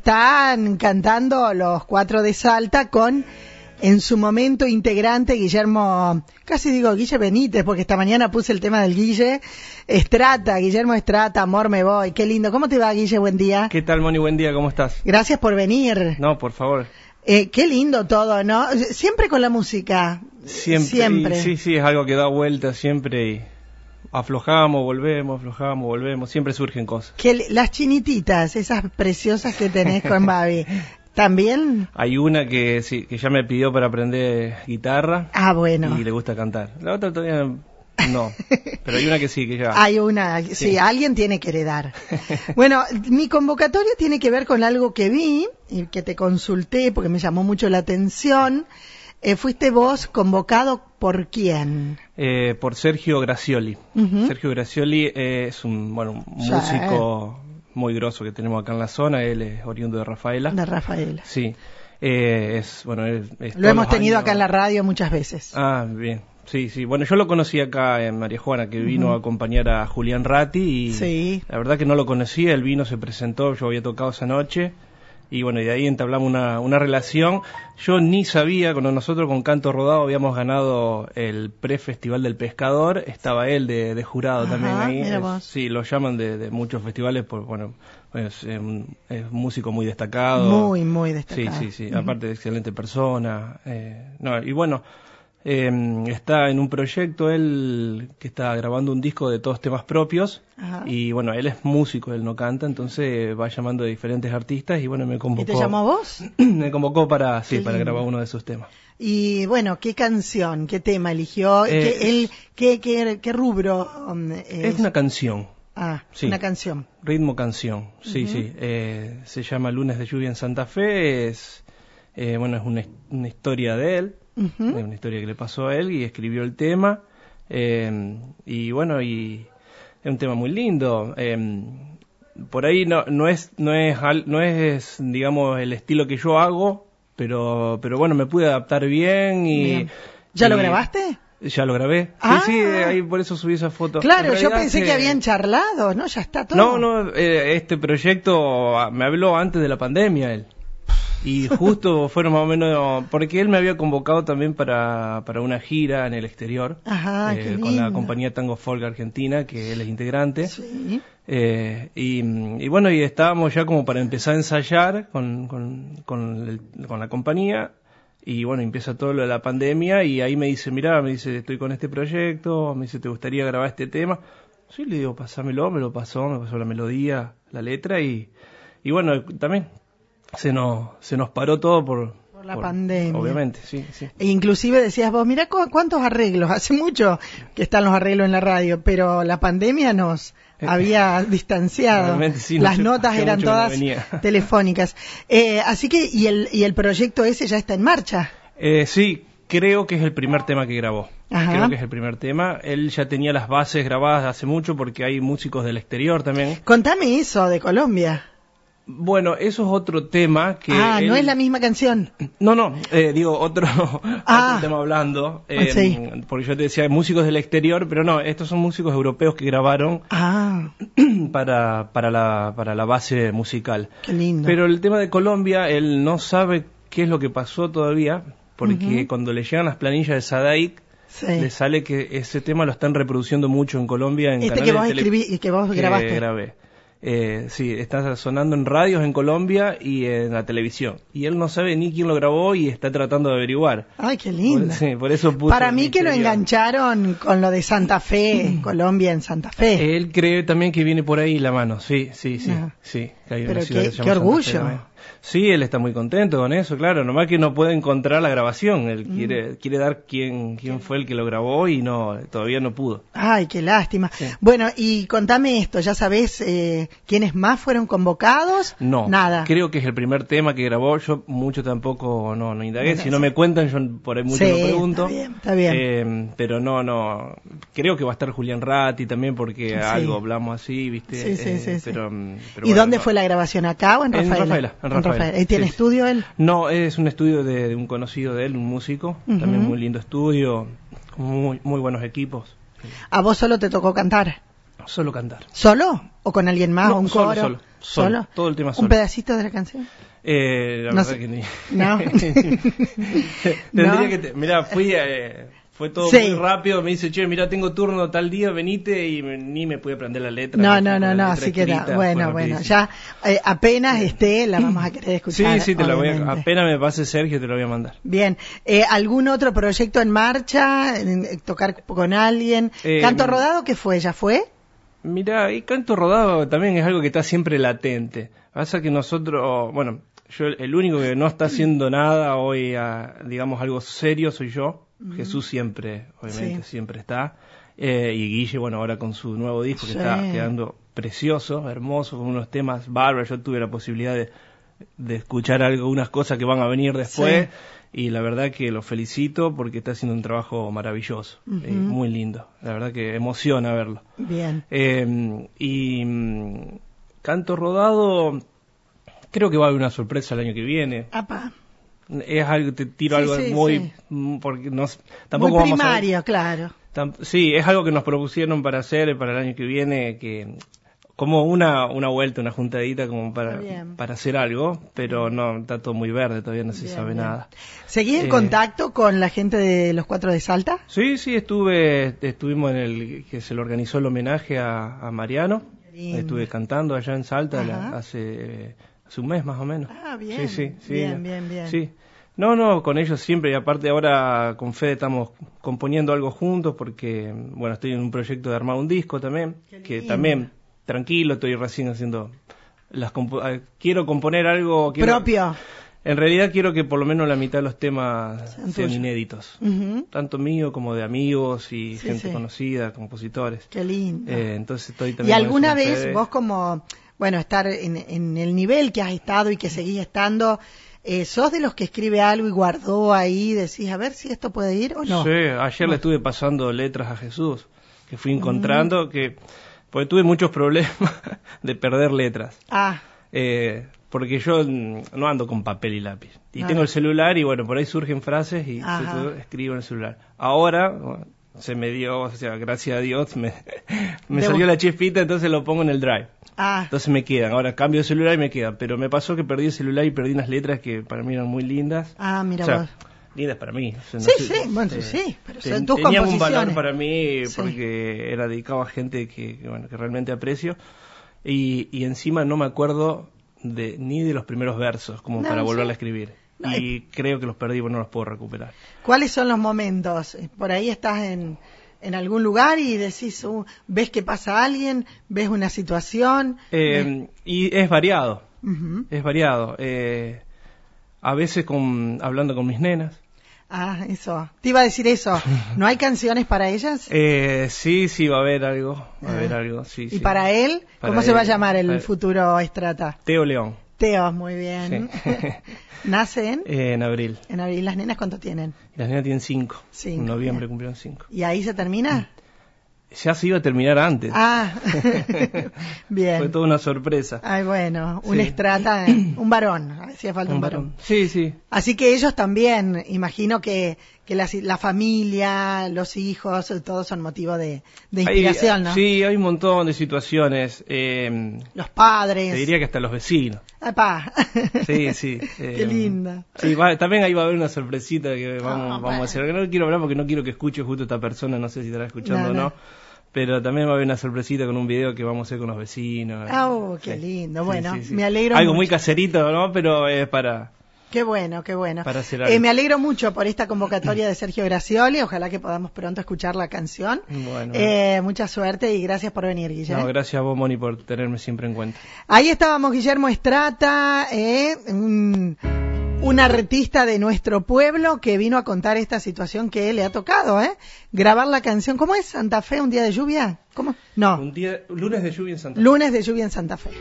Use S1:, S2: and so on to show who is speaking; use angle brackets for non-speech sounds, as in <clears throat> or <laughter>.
S1: Están cantando los cuatro de Salta con en su momento integrante Guillermo, casi digo Guille Benítez, porque esta mañana puse el tema del Guille, Estrata, Guillermo Estrata, amor me voy, qué lindo. ¿Cómo te va Guille? Buen día.
S2: ¿Qué tal, Moni? Buen día, ¿cómo estás?
S1: Gracias por venir.
S2: No, por favor.
S1: Eh, qué lindo todo, ¿no? Siempre con la música.
S2: Siempre.
S1: Siempre.
S2: y- sí, sí, es algo que da vueltas siempre y aflojamos, volvemos, aflojamos, volvemos, siempre surgen cosas.
S1: Que l- las chinititas, esas preciosas que tenés
S2: <laughs>
S1: con Babi, ¿también?
S2: Hay una que sí, que ya me pidió para aprender guitarra
S1: Ah, bueno.
S2: y le gusta cantar. La otra todavía
S1: <laughs>
S2: no, pero hay una que sí, que ya.
S1: Hay una, sí,
S2: Sí.
S1: alguien tiene que
S2: <laughs>
S1: heredar. Bueno, mi convocatoria tiene que ver con algo que vi y que te consulté porque me llamó mucho la atención. Eh, fuiste vos convocado por quién?
S2: Eh, por Sergio Gracioli.
S1: Ujú.
S2: Sergio Gracioli eh, es un, bueno, un
S1: Sí.
S2: músico
S1: eh.
S2: muy grosso que tenemos acá en la zona, él es oriundo de Rafaela.
S1: De Rafaela.
S2: Sí, eh, es, bueno, es- es
S1: Lo
S2: todos
S1: hemos
S2: los
S1: tenido
S2: años-
S1: acá en la radio muchas veces.
S2: Ah, bien. Sí, sí. Bueno, yo lo conocí acá en María Juana, que vino a acompañar a Julián Ratti y
S1: Sí.
S2: la verdad que no lo conocía, él vino, se presentó, yo había tocado esa noche y bueno, y de ahí entablamos una, una relación. Yo ni sabía, cuando nosotros con Canto Rodado habíamos ganado el pre-festival del pescador, estaba él de, de jurado
S1: Ajá,
S2: también ahí.
S1: mira
S2: Es-
S1: vos.
S2: sí, lo llaman de, de muchos festivales, por, bueno, es, eh, un- es un músico muy destacado.
S1: Muy, muy destacado.
S2: Sí, sí, sí. Aparte de excelente persona. eh, no, y bueno, eh, está en un proyecto él que está grabando un disco de todos temas propios.
S1: Ajá.
S2: Y bueno, él es músico, él no canta, entonces va llamando a diferentes artistas y bueno, me
S1: ¿Y
S2: convocó.
S1: te llamó vos?
S2: <clears throat> me convocó para, sí,
S1: Qué
S2: para
S1: lindo.
S2: grabar uno de sus temas.
S1: Y bueno, ¿qué canción, qué tema eligió?
S2: Eh,
S1: ¿Qué, él- qué, qué- qué rubro? um,
S2: Es una canción,
S1: Ah,
S2: sí.
S1: una canción.
S2: ritmo canción, sí, sí. Eh, se llama Lunes de Lluvia en Santa Fe, es, eh, bueno, es una, una historia de él,
S1: Ujú.
S2: de una historia que le pasó a él y escribió el tema. eh, y bueno, y es un tema muy lindo. eh, por ahí no, no es, no es, al- no es, digamos, el estilo que yo hago, pero, pero bueno, me pude adaptar bien y.
S1: Bien. ¿Ya lo
S2: y-
S1: grabaste?
S2: Ya lo grabé. Sí,
S1: Ah.
S2: sí, eh, ahí por eso subí esa foto.
S1: Claro,
S2: En
S1: yo
S2: realidad
S1: pensé
S2: se-
S1: que habían charlado, ¿no? Ya está todo.
S2: no, no, eh, este proyecto ah, me habló antes de la pandemia él.
S1: <laughs>
S2: Y justo fueron más o menos, porque él me había convocado también para, para una gira en el exterior, eh,
S1: Ajá, Ah, qué
S2: con la
S1: lindo.
S2: compañía Tango Folk Argentina, que él es integrante.
S1: Sí.
S2: Eh, y, y bueno, y estábamos ya como para empezar a ensayar con, con, con el- con la compañía. Y bueno, empieza todo lo de la pandemia y ahí me dice, mirá, me dice, estoy con este proyecto, me dice, ¿te gustaría grabar este tema? Sí, le digo, pasámelo, me lo pasó, me pasó la melodía, la letra y, y bueno, también se nos, se nos paró todo por,
S1: Por la pandemia.
S2: Obviamente, sí, sí.
S1: E inclusive decías vos, mira cuántos arreglos, hace mucho que están los arreglos en la radio, pero la pandemia nos
S2: Eh, <laughs>
S1: había distanciado.
S2: realmente sí, no
S1: Las
S2: sé,
S1: notas
S2: hacía
S1: eran
S2: mucho que no
S1: todas
S2: venía. <laughs>
S1: telefónicas. Eh, así que, y el, y el proyecto ese ya está en marcha.
S2: Eh, sí, creo que es el primer tema que grabó.
S1: Ajá.
S2: Creo que es el primer tema. Él ya tenía las bases grabadas hace mucho porque hay músicos del exterior también.
S1: Contame eso de Colombia.
S2: Bueno, eso es otro tema que...
S1: ah, no
S2: él-
S1: es la misma canción.
S2: No, no, eh, digo, otro, <laughs>
S1: Ah.
S2: otro tema hablando. em,
S1: Ah, sí.
S2: Porque yo te decía, hay músicos del exterior, pero no, estos son músicos europeos que grabaron <clears throat>
S1: Ah,
S2: para, para, la, para la base musical.
S1: qué lindo.
S2: Pero el tema de Colombia, él no sabe qué es lo que pasó todavía, porque cuando le llegan las planillas de Sadaic,
S1: Sí.
S2: le sale que ese tema lo están reproduciendo mucho en Colombia. En
S1: Este que
S2: canales
S1: vos
S2: de tele-
S1: escribí y que vos grabaste.
S2: Que grabé. Eh, sí, está sonando en radios en Colombia y en la televisión. Y él no sabe ni quién lo grabó y está tratando de averiguar.
S1: Ay, qué
S2: Por,
S1: lindo.
S2: sí, por eso puso
S1: Para mí que lo
S2: misterio.
S1: engancharon con lo de Santa Fe,
S2: Mm.
S1: Colombia en Santa Fe.
S2: Él cree también que viene por ahí la mano, sí, sí, sí,
S1: Ajá.
S2: sí. que hay una
S1: Ah. Pero
S2: ciudad
S1: qué-
S2: que se llama
S1: qué
S2: Santa Fe
S1: orgullo.
S2: también. Sí, él está muy contento con eso, claro, nomás que no puede encontrar la grabación, él
S1: Mm.
S2: quiere, quiere dar quién, quién fue el que lo grabó y no, todavía no pudo.
S1: Ay, qué lástima. Bueno, y contame esto, ¿ya sabés eh, quiénes más fueron convocados?
S2: No,
S1: Nada.
S2: creo que es el primer tema que grabó, yo mucho tampoco, no, no indagué,
S1: Bueno,
S2: si no
S1: sí.
S2: me cuentan yo por ahí mucho
S1: Sí,
S2: no pregunto.
S1: está bien, está bien.
S2: Eh, pero no, no, creo que va a estar Julián Ratti también porque
S1: Sí.
S2: algo hablamos así, viste.
S1: Sí, sí,
S2: Eh,
S1: sí, sí.
S2: pero, mm, pero
S1: ¿Y
S2: bueno,
S1: dónde
S2: no.
S1: fue la grabación? ¿Acá o en
S2: En
S1: Rafaela?
S2: Rafaela, en Rafaela.
S1: ¿Y tiene
S2: Sí, sí.
S1: estudio él?
S2: No, es un estudio de, de un conocido de él, un músico,
S1: Ujú.
S2: también muy lindo estudio, con muy, muy buenos equipos.
S1: A vos solo te tocó cantar.
S2: Solo cantar.
S1: ¿Solo? ¿O con alguien más?
S2: No,
S1: ¿O un
S2: solo,
S1: coro?
S2: solo, solo. Todo el tema
S1: ¿Un
S2: solo.
S1: pedacito de la canción?
S2: Eh, la
S1: No
S2: verdad
S1: sé.
S2: que ni. <laughs>
S1: No.
S2: Tendría
S1: <laughs> No.
S2: que. te- mirá, fui. eh, fue todo
S1: Sí.
S2: muy rápido. Me dice, che, mirá, tengo turno tal día, venite. Y me- ni me pude aprender la letra.
S1: No,
S2: ni
S1: no,
S2: tengo
S1: no,
S2: la
S1: no,
S2: letra
S1: así que da.
S2: escrita, fue
S1: Bueno, bueno,
S2: rapidísimo.
S1: ya eh, apenas esté, la vamos a
S2: <clears throat>
S1: querer
S2: Sí,
S1: escuchar.
S2: sí, te la voy a.
S1: obviamente.
S2: Apenas me pase Sergio, te lo voy a mandar.
S1: Bien, eh, ¿algún otro proyecto en marcha? En- en ¿Tocar con alguien?
S2: Eh,
S1: ¿Canto
S2: mm.
S1: rodado qué fue? ¿Ya fue?
S2: Mirá, y canto rodado también es algo que está siempre latente. Pasa que nosotros, bueno, yo el único que no está haciendo nada hoy, ah, digamos, algo serio soy yo. Jesús siempre, obviamente,
S1: Sí.
S2: siempre está. Eh, y Guille, bueno, ahora con su nuevo disco que
S1: Sí.
S2: está quedando precioso, hermoso, con unos temas bárbaros. Yo tuve la posibilidad de, de escuchar algunas cosas que van a venir después. Y la verdad que lo felicito porque está haciendo un trabajo maravilloso, eh,
S1: Ujú.
S2: muy lindo. La verdad que emociona verlo.
S1: Bien.
S2: Eh, y mm, canto rodado, creo que va a haber una sorpresa el año que viene.
S1: Apa.
S2: Es algo, te tiro
S1: Sí,
S2: algo
S1: sí,
S2: muy,
S1: sí.
S2: mm, porque no, s- tampoco
S1: Muy
S2: vamos a-
S1: primario, claro.
S2: tam- sí, es algo que nos propusieron para hacer para el año que viene, que como una, una vuelta, una juntadita como para,
S1: Bien.
S2: para hacer algo, pero no, está todo muy verde, todavía no se
S1: Bien,
S2: sabe
S1: bien.
S2: nada.
S1: ¿Seguís en
S2: Eh,
S1: contacto con la gente de los cuatro de Salta?
S2: Sí, sí, estuve, estuvimos en el que se le organizó el homenaje a, a Mariano.
S1: Lindo.
S2: Estuve cantando allá en Salta la-
S1: Ajá.
S2: hace, hace un mes más o menos.
S1: Ah, bien. Bien, bien, bien.
S2: Sí. No, no, con ellos siempre y aparte ahora con Fede estamos componiendo algo juntos porque, bueno, estoy en un proyecto de armar un disco también,
S1: Qué
S2: que
S1: lindo.
S2: también, tranquilo, estoy recién haciendo las... compo- eh, quiero componer algo... quiero-
S1: Propio.
S2: En realidad quiero que por lo menos la mitad de los temas
S1: Sean
S2: sean
S1: tuyos.
S2: inéditos
S1: Ujú.
S2: tanto mío como de amigos y
S1: Sí,
S2: gente
S1: sí.
S2: conocida, compositores.
S1: Qué lindo.
S2: Eh, entonces estoy
S1: ¿Y
S2: también con
S1: alguna
S2: eso con
S1: vez
S2: ustedes.
S1: vos como, bueno, estar en, en el nivel que has estado y que seguís estando, eh, sos de los que escribe algo y guardó ahí, decís, a ver si esto puede ir o no? Mm.
S2: Sí, eh, ayer le estuve pasando letras a Jesús, que fui encontrando, que porque tuve muchos problemas <laughs> de perder letras.
S1: Ah,
S2: Eh, porque yo mm, no ando con papel y lápiz. Y
S1: Claro.
S2: tengo el celular y bueno, por ahí surgen frases y
S1: Ajá.
S2: yo escribo en el celular. Ahora bueno, se me dio, o sea, gracias a Dios, me, <laughs> me
S1: De
S2: salió
S1: vos.
S2: la chispita, entonces lo pongo en el drive.
S1: ah,
S2: Entonces me quedan. Ahora cambio de celular y me quedan. Pero me pasó que perdí el celular y perdí unas letras que para mí eran muy lindas.
S1: ah, mira
S2: o sea,
S1: vos.
S2: lindas para mí. O sea,
S1: Sí, sí, bueno,
S2: eh,
S1: sí, pero son tus
S2: tenían un valor
S1: composiciones.
S2: para mí
S1: Sí.
S2: porque era dedicado a gente que, que, bueno, que realmente aprecio. Y, y encima no me acuerdo de, ni de los primeros versos como
S1: No,
S2: para
S1: sí.
S2: volverla a escribir.
S1: No,
S2: y creo que los perdí, bueno, no los puedo recuperar.
S1: ¿Cuáles son los momentos? Eh, Por ahí estás en, en algún lugar y decís, uh, ves que pasa alguien, ves una situación.
S2: Eh, Y es variado,
S1: Ujú.
S2: es variado. Eh, a veces con, hablando con mis nenas,
S1: Ah, eso. Te iba a decir
S2: <laughs>
S1: eso. ¿No hay canciones para ellas?
S2: Eh, sí, sí, va a haber algo. Va a
S1: Ah.
S2: haber algo, sí.
S1: ¿Y
S2: sí.
S1: para él?
S2: Para
S1: ¿Cómo se va a
S2: él,
S1: llamar el
S2: para-
S1: futuro Estrata?
S2: Teo León,
S1: Teo, muy bien.
S2: Sí. <laughs>
S1: <laughs> Nace en,
S2: eh, en abril.
S1: en abril. ¿Las nenas cuánto tienen?
S2: Y Las nenas tienen cinco.
S1: Cinco,
S2: en noviembre
S1: bien.
S2: cumplieron cinco.
S1: ¿Y ahí se termina?
S2: Ya se iba a terminar antes. <laughs>
S1: Ah, <laughs>
S2: Mm. Fue
S1: bien. Ah,
S2: toda una sorpresa.
S1: Ay, bueno, un
S2: Sí.
S1: Estrata, eh, un varón. Hacía falta un varón.
S2: Sí, sí.
S1: Así que ellos también, imagino que, que la, la familia, los hijos, todos son motivo de, de
S2: Hay-
S1: inspiración, ¿no?
S2: Sí, hay un montón de situaciones. Eh,
S1: Los
S2: te
S1: padres.
S2: diría que hasta los vecinos.
S1: Epá. <laughs>
S2: Sí, sí.
S1: Qué
S2: eh,
S1: linda.
S2: Sí, va- también ahí va a haber una sorpresita que vamos,
S1: Ah,
S2: vamos
S1: bueno.
S2: a hacer. Que No quiero hablar porque no quiero que escuche justo esta persona, no sé si estará escuchando
S1: No,
S2: o
S1: no.
S2: no. Pero también va a haber una sorpresita con un video que vamos a hacer con los vecinos.
S1: Ah, oh, qué lindo. Bueno, me alegro
S2: Algo
S1: mucho.
S2: muy caserito, ¿no? Pero es para...
S1: Qué bueno, qué bueno.
S2: Para hacer
S1: Eh,
S2: algo.
S1: me alegro mucho por esta convocatoria de Sergio Gracioli. Ojalá que podamos pronto escuchar la canción.
S2: Bueno.
S1: Eh, mucha suerte y gracias por venir, Guillermo.
S2: No, gracias a vos, Moni, por tenerme siempre en cuenta.
S1: Ahí estábamos Guillermo Estrata, eh, un, un artista de nuestro pueblo que vino a contar esta situación que le ha tocado, ¿eh? Grabar la canción. ¿Cómo es Santa Fe? ¿Un día de lluvia? ¿Cómo? No,
S2: Un día, lunes de lluvia en Santa Fe.
S1: lunes de lluvia en Santa Fe.